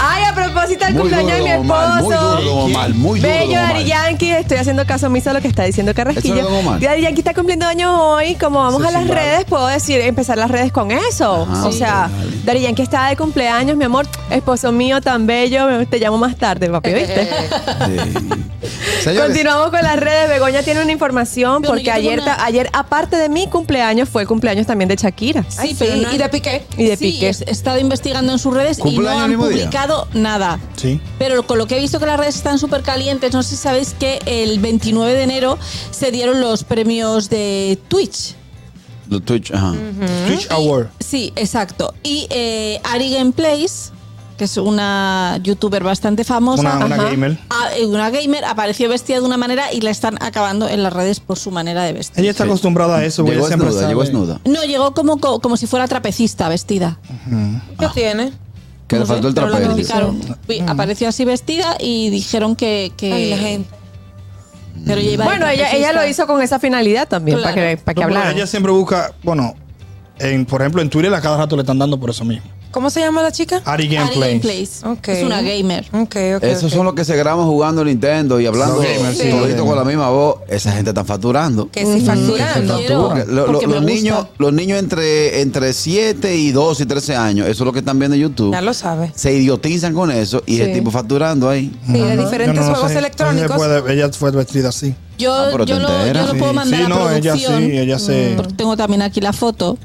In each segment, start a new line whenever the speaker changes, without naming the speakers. Ay, a propósito del
Muy duro,
cumpleaños de mi
Don Omar, muy
esposo.
duro, Don Omar, muy duro,
Bello
Don Omar.
Daddy Yankee, estoy haciendo caso omiso a lo que está diciendo Carrasquillo.
Eso era Don Omar.
Daddy Yankee está cumpliendo años hoy. Como vamos
Eso
a
sí,
las
vale.
redes, puedo decir, empezar las redes con eso.
Ajá,
o sea,
ok, dale.
Daddy Yankee está de cumpleaños, mi amor. Esposo mío, tan bello. Te llamo más tarde, papi, ¿viste?
Sí. Eh, Señores,
Continuamos con las redes. Begoña tiene una información
Pero
porque
yo tengo
ayer,
una-
ta- ayer, aparte de mi cumpleaños, fue el cumpleaños también de Shakira.
Sí, pero no-
y de Piqué.
Y de
sí,
Piqué.
He estado investigando en sus redes y no
Cumpleaños el
han
mismo día.
publicado nada.
Sí.
Pero con lo que he visto que las redes están súper calientes, no sé si sabéis que el 29 de enero se dieron los premios de Twitch.
Lo Twitch, ajá. Twitch Award.
Sí, exacto. Y eh, Ari Gameplays, que es una youtuber bastante famosa,
Una, una
Ajá.
gamer.
a- eh, una gamer, apareció vestida de una manera y la están acabando en las redes por su manera de vestir.
Ella está acostumbrada a eso, güey.
Llegó
ella siempre
desnuda,
sabe.
llegó desnuda.
No, llegó como, co- como si fuera trapecista vestida.
¿Qué tiene?
Que le
No sé,
faltó el
pero la
trapecio. Mm.
publicaron. Vi- Apareció así vestida y dijeron que. que-
Ay, la gente.
Pero ella iba de
Bueno, ella, ella
trapecista.
lo hizo con esa finalidad también,
Claro.
para que, para que
No, pero
hablaran.
Ella siempre busca, bueno, en, por ejemplo, en Twitter a cada rato le están dando por eso mismo.
¿Cómo se llama la chica?
Ari
Ari
Gameplay.
Gameplays.
Ok.
Es una gamer.
Ok, ok.
Esos
ok.
son los que se graban jugando Nintendo y hablando
Los gamers, sí, los
todito
gamers.
con la misma voz. Esa gente está facturando.
Que
Mm,
sí, Mm. facturando.
Quiero,
Porque lo- lo-
porque me
los,
gusta.
niños, los niños entre, entre 7 y 12 y 13 años, eso es lo que están viendo en YouTube.
Ya lo sabes.
Se idiotizan con eso y el tipo facturando ahí.
Sí, de
No, no,
diferentes
no
juegos
sé, no se
electrónicos.
puede, ella fue vestida así.
Yo,
Ah, pero
yo,
te
lo, yo
enteras.
lo
Sí,
puedo mandar
sí,
a
no, ella
producción. Mm.
sí, ella se.
Porque tengo también aquí la foto,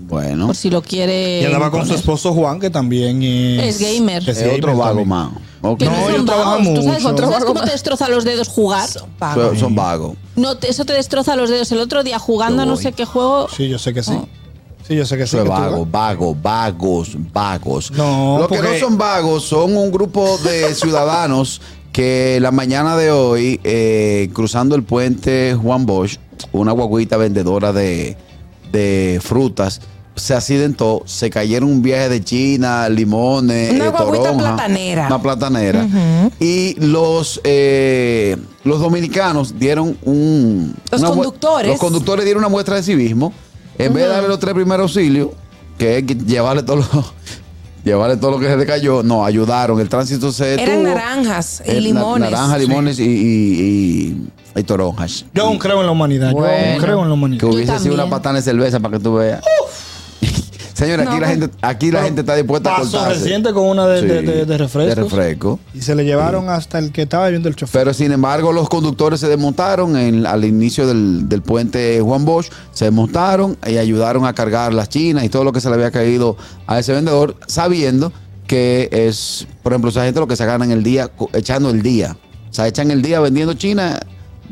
Bueno,
por si lo quiere.
Y andaba con su
poner.
esposo Juan, que también es.
Eh, Es gamer.
que
es otro vago
también.
más. Ok.
Que
No,
son
yo trabajo
vagos, ¿Tú sabes,
mucho.
¿tú sabes cómo te destroza los dedos jugar?
Son- Son vagos.
No, te- eso te destroza los dedos. El otro día jugando a
Yo
no
voy.
sé qué juego.
Sí, yo sé que sí. Sí, yo sé que sí.
Eso
que
es
tú-
vago, vago, vagos, vagos.
No,
Lo que no
porque-
son vagos son un grupo de ciudadanos que la mañana de hoy, eh, cruzando el puente Juan Bosch, una guaguita vendedora de, de frutas, se accidentó, se cayeron un viaje de China, limones,
Una
eh,
guaguita
toronja,
platanera.
Una platanera. Y los, eh, los dominicanos dieron un...
Los
una mue-
conductores.
Los conductores dieron una muestra de civismo. En vez de darle los tres primeros auxilios, que es que llevarle todo lo, llevarle todo lo que se le cayó, no, ayudaron. El tránsito se detuvo.
Eran naranjas y
Eh, na-
limones.
naranjas, limones y, y, y- y toronjas.
Yo aún creo en la humanidad. Yo aún
Bueno.
creo en la
Que
humanidad.
hubiese sido
también.
una patana de cerveza para que tú veas. Señora, aquí
No. pues.
la gente, aquí la
Pero
gente está dispuesta a
pasó
cortarse.
reciente con una de- de- de- de refrescos.
De refresco.
Y se le llevaron hasta el que estaba viendo el chofer.
Pero sin embargo, los conductores se desmontaron en- al inicio del, del puente Juan Bosch, se desmontaron y ayudaron a cargar las chinas y todo lo que se le había caído a ese vendedor, sabiendo que es, por ejemplo, esa gente lo que se gana en el día, co- echando el día. O sea, echan el día vendiendo china,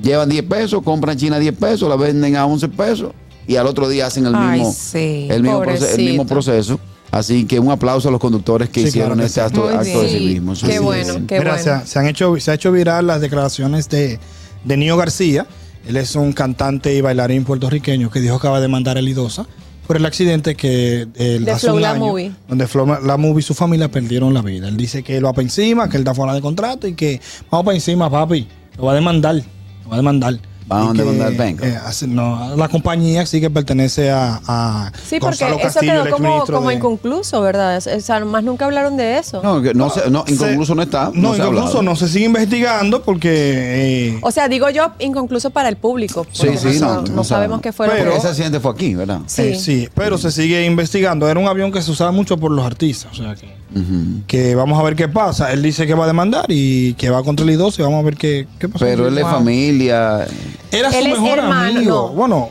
llevan 10 pesos, compran china 10 pesos, la venden a 11 pesos y al otro día hacen el
Ay,
mismo,
sí,
el mismo, proce- el
pobrecito.
mismo proceso. Así que un aplauso a los conductores que
Sí,
hicieron
claro que
este
sí.
acto,
Muy
acto de
bien.
civismo. Sí,
Qué
sí,
bueno,
sí.
qué
Mira,
bueno.
se, ha- se han hecho, se ha hecho viral las declaraciones de, de Nio García. Él es un cantante y bailarín puertorriqueño que dijo que acaba de mandar a Lidosa por el accidente que eh,
De
hace
Flow
un
La
año,
Movie.
donde Flow La Movie y su familia perdieron la vida. Él dice que lo va para encima, que él está fuera de contrato y que vamos para encima, papi. Lo va a demandar, lo va a demandar.
Vamos a
Y que,
demandar el banco.
eh, hace- no, la compañía sí que pertenece a, a
Sí, porque
Gonzalo
eso
Castillo, el
quedó como,
exministro
como
de-
inconcluso, ¿verdad? O sea, más nunca hablaron de eso.
No, que no, se- no,
Se-
inconcluso no está.
No,
se ha
inconcluso
hablado.
no. Se sigue investigando porque. eh,
O sea, digo yo, inconcluso para el público.
Sí,
porque
sí,
no,
no.
no sabemos qué fueron.
Pero
Pero-
ese accidente fue aquí, ¿verdad?
Sí.
eh, sí, pero se sigue investigando. Era un avión que se usaba mucho por los artistas. O sea que, que vamos a ver qué pasa. Él dice que va a demandar y que va contra el I-12 y vamos a ver qué, qué pasa.
Pero él es familia.
Era su
Él es
mejor
hermano,
amigo.
no.
Bueno,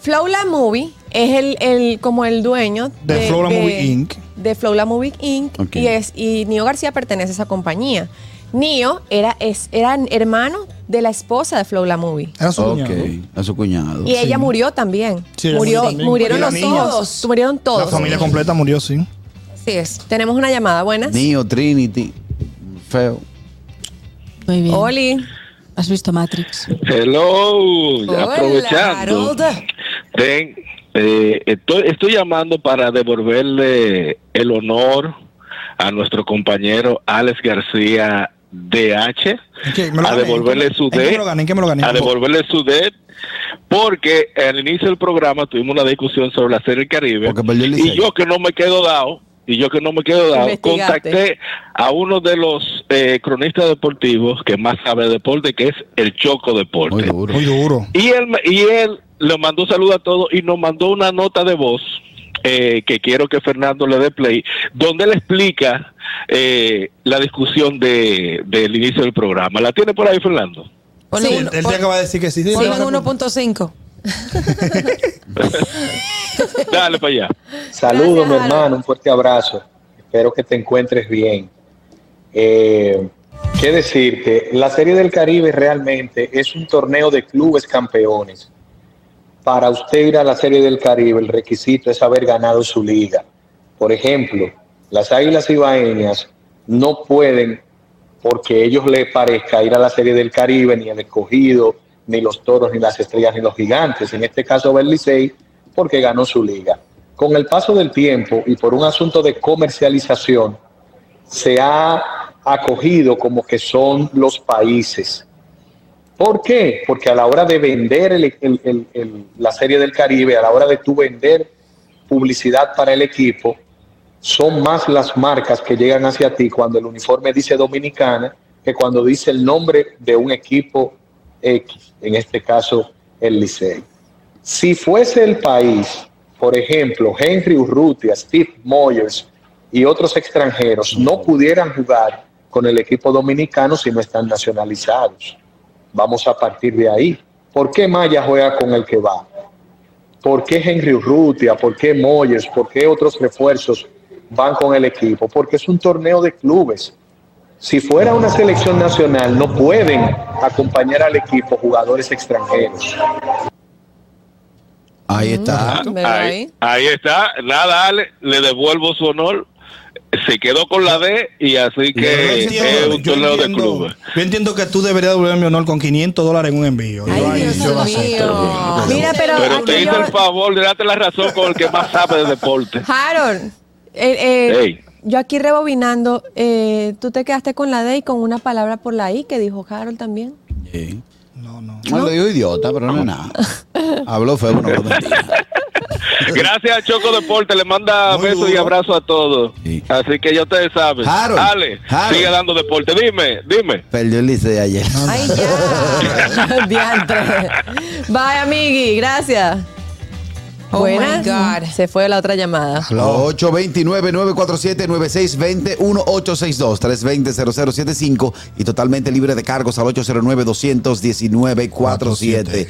Flow La Movie es el, el- como el dueño
De Flow La Movie Inc.
De Flow La Movie Inc.
Ok.
Y, es, y Nio García pertenece a esa compañía. Nio era, es, era hermano de la esposa de Flow La Movie.
era su
Ok,
cuñado.
a su cuñado.
Y ella murió también.
Sí, ella
murió,
murió también.
Murieron
Y la
los
niña.
hijos. Murieron todos.
La familia completa murió, sí.
Así es.
Tenemos una llamada, buenas.
Neo, Trinity. Feo.
Muy bien.
Oli.
¿Has visto Matrix?
Hello,
Hola,
aprovechando.
Harold.
Ten- Eh, estoy, estoy llamando para devolverle el honor a nuestro compañero Alex García DH,
¿En qué? Me lo
a
gané,
devolverle
¿en
su
qué me
D,
lo gané? ¿En qué me lo gané?
a devolverle su D, porque al inicio del programa tuvimos una discusión sobre la serie del Caribe
Porque perdió el
y
Licey.
yo que no me quedo dado y yo que no me quedo dado
Investigaste.
contacté a uno de los eh, cronistas deportivos que más sabe de deporte que es el Choco Deporte
Muy duro.
Muy duro.
y él, me- y él le mandó saludo a todos y nos mandó una nota de voz eh, que quiero que Fernando le dé play, donde él explica eh, la discusión de, del inicio del programa. ¿La tiene por ahí, Fernando?
Ponle
Sí, él
uno-
te
pon-
acaba de decir que sí. sí,
ponlo
le vas a-
en 1.5.
Dale para allá.
Saludos,
Gracias,
mi
Álvaro.
hermano, un fuerte abrazo. Espero que te encuentres bien. Eh, ¿Qué decirte? La Serie del Caribe realmente es un torneo de clubes campeones. Para usted ir a la Serie del Caribe, el requisito es haber ganado su liga. Por ejemplo, las Águilas Ibaeñas no pueden, porque ellos le parezca ir a la Serie del Caribe, ni el escogido, ni los toros, ni las estrellas, ni los gigantes. En este caso, va el Licey, porque ganó su liga. Con el paso del tiempo y por un asunto de comercialización, se ha acogido como que son los países. ¿Por qué? Porque a la hora de vender el- el- el- el- la serie del Caribe, a la hora de tú vender publicidad para el equipo, son más las marcas que llegan hacia ti cuando el uniforme dice Dominicana que cuando dice el nombre de un equipo X, en este caso el Licey. Si fuese el país, por ejemplo, Henry Urrutia, Steve Moyers y otros extranjeros no pudieran jugar con el equipo dominicano si no están nacionalizados. Vamos a partir de ahí. ¿Por qué Maya juega con el que va? ¿Por qué Henry Urrutia? ¿Por qué Moyers? ¿Por qué otros refuerzos van con el equipo? Porque es un torneo de clubes. Si fuera una selección nacional, no pueden acompañar al equipo jugadores extranjeros.
Ahí está.
¿Verdad,
Ahí,
eh?
ahí está. Nada, Ale, le devuelvo su honor. Se quedó con la D y así
Yo
que
entiendo-
es un
yo
torneo de
entiendo-
clubes.
Yo entiendo que tú deberías devolver mi honor con 500 dólares en un envío. Yo ahí-
Ay, Dios
yo lo acepto.
mío.
Mira, pero,
Pero
aquí
te hice
yo-
el favor de darte la razón con el que más sabe de deporte.
Harold, eh, eh,
Ey.
yo aquí rebobinando, eh, tú te quedaste con la D y con una palabra por la I que dijo Harold también.
Sí.
No, no.
No lo digo idiota, pero no es nada. Habló feo, pero no lo mentira.
Gracias a Choco Deporte, le manda
Muy
besos
duro.
y abrazos a todos.
Sí.
Así que ya ustedes saben.
Harold,
Ale,
Harold.
sigue dando deporte. Dime, dime.
Perdió el Licey ayer.
Ay, ya.
Diantre. Bye, amigui. Gracias.
Oh,
Buenas.
my God.
Se fue la otra llamada.
Los 829-947-9620-1862-320-0075 y totalmente libre de cargos al 809-219-47.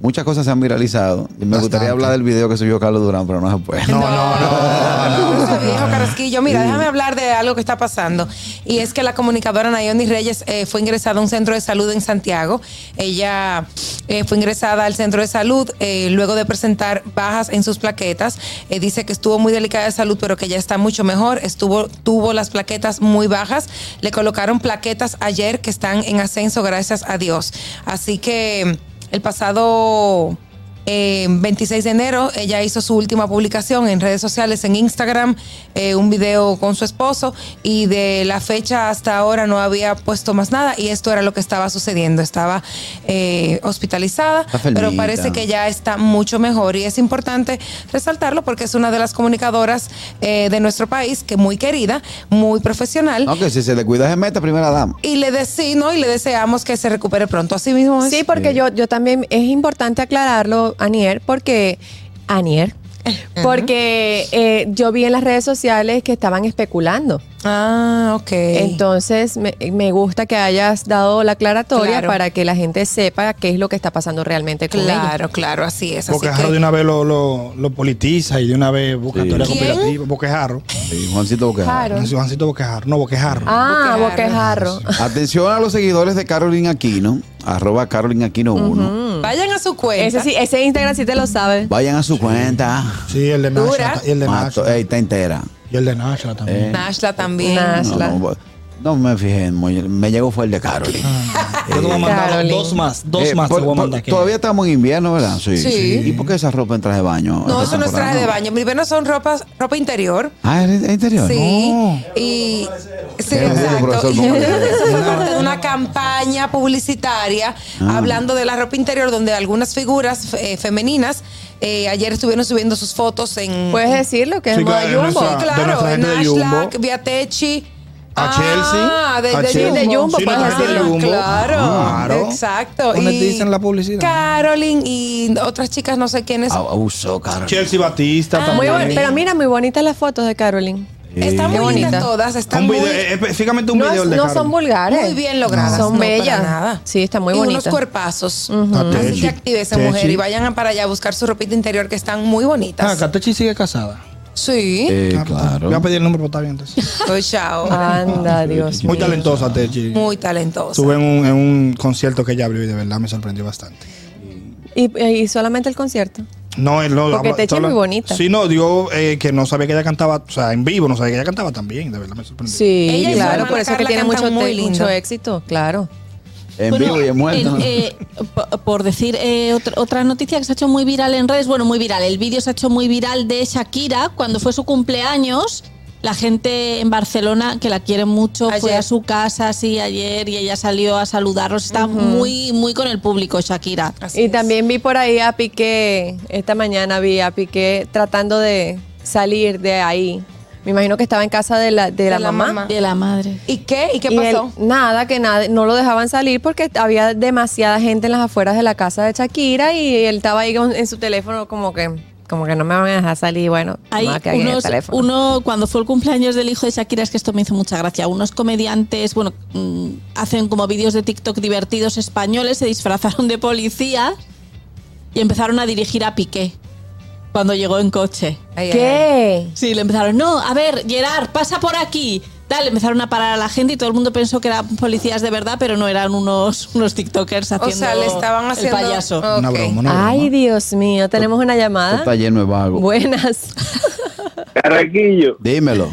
Muchas cosas se han viralizado. Y me
Bastante.
gustaría hablar del video que subió Carlos Durán, pero no se puede.
No, no, no.
Ese Viejo Carrasquillo, mira, déjame hablar de algo que está pasando. Y es que la comunicadora Nayoni Reyes eh, fue ingresada a un centro de salud en Santiago. Ella eh, fue ingresada al centro de salud eh, luego de presentar bajas en sus plaquetas. Eh, dice que estuvo muy delicada de salud, pero que ya está mucho mejor. Estuvo, tuvo las plaquetas muy bajas. Le colocaron plaquetas ayer que están en ascenso, gracias a Dios. Así que el pasado eh, 26 de enero ella hizo su última publicación en redes sociales, en Instagram, eh, un video con su esposo y de la fecha hasta ahora no había puesto más nada y esto era lo que estaba sucediendo. Estaba eh, hospitalizada,
Está enfermita.
pero parece que ya está mucho mejor y es importante resaltarlo porque es una de las comunicadoras eh, de nuestro país que muy querida, muy profesional
No, que si se le cuida se meta primera dama.
y le deci- ¿no? y le deseamos que se recupere pronto. Así mismo es.
Sí, porque
Sí.
Yo, yo también es importante aclararlo, Anier, porque. Anier.
Eh,
Porque eh, yo vi en las redes sociales que estaban especulando.
Ah, ok.
Entonces, me, me gusta que hayas dado la aclaratoria
Claro.
para que la gente sepa qué es lo que está pasando realmente con ella.
Claro, claro, así es.
Porque
así
Jarro
que-
de una vez lo, lo, lo politiza y de una vez busca
Sí.
teoría
¿Quién?
conspirativa. Boquejarro.
Sí, Juancito Boquejada.
Claro.
Juancito Boquejarro. No, Boquejarro.
Ah,
Boquejarro.
boquejarro.
Atención a los seguidores de Carolina Aquino, arroba Carolina Aquino 1.
Vayan a su cuenta.
Ese, sí, ese Instagram sí te lo sabe.
Vayan a su cuenta.
Sí, el de
Dura.
Nacha. Y el de
Mato-
Nacha.
Ey, está entera.
Y el de Nacha también.
Eh.
Nashla también.
Nah. Hazla.
No, no, No me fijé, en Moyer, me llegó fue el de Carolina.
Yo te voy a mandar
Carolyn.
dos más, dos
Eh,
más
por-
te voy a
por-
mandar. aquí.
todavía estamos en invierno, ¿verdad?
Sí.
¿Y por qué esa ropa en traje de baño?
No,
Esta
eso no es traje de
temporada,
baño. Mis venas son ropas, ropa interior.
Ah, ¿es es interior?
Sí. Y. Sí,
Qué rudo,
exacto.
profesor,
Y
¿cómo
yo
le-
creo que eso fue parte de una campaña publicitaria
Ah.
hablando de la ropa interior, donde algunas figuras eh, femeninas eh, ayer estuvieron subiendo sus fotos en.
Puedes decirlo, que es
Sí, claro,
Moda Jumbo.
Sí,
nuestra- Ah, de
claro,
nuestra
en
gente de Jumbo.
Ashlak, Viatechi.
A
Ah,
Chelsea,
de,
a
de- de-
Chelsea.
de Jumbo,
Sí,
puedes
la gente de
decirlo.
Jumbo.
Claro,
Ah, Claro.
exacto.
Donde
Y
dicen la publicidad.
Carolyn y otras chicas, no sé quiénes.
Ah, Abusó, Carolina.
Chelsea Batista
Ah, Muy
también.
bueno, pero mira, muy bonitas las fotos de Carolyn.
Están
Qué
muy lindas
bonita.
todas, están
Un
muy
video, eh, específicamente un
No,
video
es-
el de
no
Carol.
son vulgares.
Muy bien logradas.
Son
no, para
bellas.
nada.
Sí, están muy
y
bonitas.
unos cuerpazos.
Tatechi.
Así que actívese,
Tatechi.
mujer, y vayan a- para allá a buscar su ropita interior, que están muy
Ah,
bonitas.
Catechi sigue casada.
sí.
Eh,
Ah,
claro.
Voy a pedir el número, pero está bien. entonces.
Pues, chao.
Ah. Anda, Dios
Muy
mío.
talentosa, Techi.
Muy talentosa.
Estuve en un, en un concierto que ella abrió y de verdad me sorprendió bastante.
Y, eh, y solamente el concierto.
No, él no.
Porque
habla-
Techi es
habla-
muy bonita.
Sí, no, digo eh, que no sabía que ella cantaba, o sea, en vivo, no sabía que ella cantaba también, de verdad me sorprendió.
Sí,
Ella y su
claro,
hermana
por eso es que
Carla
tiene mucho,
cantan muy
te-
lindo.
mucho éxito, claro.
En
Bueno,
vivo y en muerto.
en,
¿no?
eh, po- por decir eh, otra, otra noticia que se ha hecho muy viral en redes, bueno, muy viral, el vídeo se ha hecho muy viral de Shakira cuando fue su cumpleaños. La gente en Barcelona, que la quiere mucho, fue
Ayer.
a su casa, sí, ayer, y ella salió a saludarlos. Está muy, muy con el público, Shakira.
Así
Y
es.
también vi por ahí a Piqué, esta mañana vi a Piqué tratando de salir de ahí. Me imagino que estaba en casa de la, de la mamá.
De la madre.
¿Y qué? ¿Y qué
Y él,
pasó?
nada, que nada, no lo dejaban salir porque había demasiada gente en las afueras de la casa de Shakira y él estaba ahí con- en su teléfono como que como que no me van a dejar salir, bueno,
Hay
me voy a quedar aquí en el
unos,
teléfono.
uno, cuando fue el cumpleaños del hijo de Shakira, es que esto me hizo mucha gracia. Unos comediantes, bueno, mm, hacen como vídeos de TikTok divertidos españoles, se disfrazaron de policía y empezaron a dirigir a Piqué cuando llegó en coche.
Ay, ay, ay.
¿Qué?
Sí, le empezaron, no, a ver, Gerard, pasa por aquí. Tal, empezaron a parar a la gente y todo el mundo pensó que eran policías de verdad, pero no eran unos, unos TikTokers
O
haciendo
sea, le estaban haciendo.
el payaso.
Una
Ok.
broma, una
Ay,
broma.
Dios mío, tenemos una
ah.
Esto
llamada.
está lleno de vago.
Buenas.
Carraquillo,
Dímelo.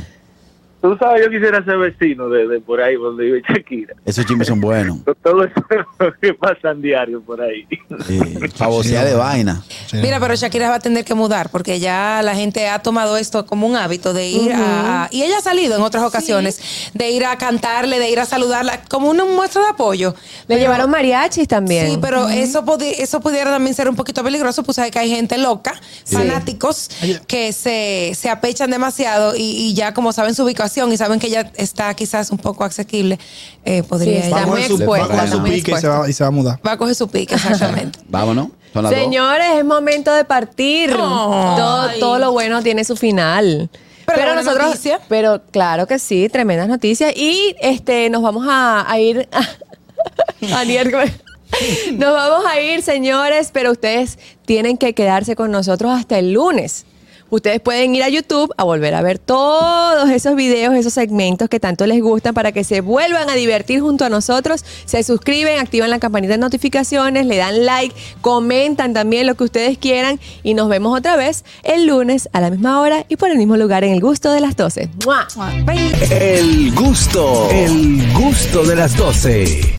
tú sabes, yo quisiera ser vecino de, de por ahí donde vive Shakira.
Esos chismes son buenos.
Con todo eso que pasan diario por ahí.
Sí. Pavoseada Eh, de vaina.
Sí.
Mira, pero Shakira va a tener que mudar porque ya la gente ha tomado esto como un hábito de ir a, a- Y ella ha salido en otras ocasiones de ir a cantarle, de ir a saludarla, como una muestra de apoyo.
Le
Pero-
llevaron mariachis también.
Sí, pero eso, podi- eso pudiera también ser un poquito peligroso, pues sabes que hay gente loca, fanáticos, que se, se apechan demasiado y, y ya como saben su ubicación y saben que ya está quizás un poco asequible, eh, podría
Sí,
ella-
va a
está muy
coger su, va a
expuesta,
coger
está
su
muy
pique y se,
expuesta.
va, y se va a mudar.
Va a coger su pique, exactamente.
Vámonos. Son las dos.
Señores, es momento de partir.
Oh.
Todo, todo lo bueno tiene su final.
Pero la buena noticia.
pero claro que sí, tremendas noticias. Y este, nos vamos a, a ir. Aniel, ¿cómo es? nos vamos a ir, señores, pero ustedes tienen que quedarse con nosotros hasta el lunes. Ustedes pueden ir a YouTube a volver a ver todos esos videos, esos segmentos que tanto les gustan para que se vuelvan a divertir junto a nosotros. Se suscriben, activan la campanita de notificaciones, le dan like, comentan también lo que ustedes quieran y nos vemos otra vez el lunes a la misma hora y por el mismo lugar en el gusto de las 12. ¡Mua!
El gusto, el gusto de las 12.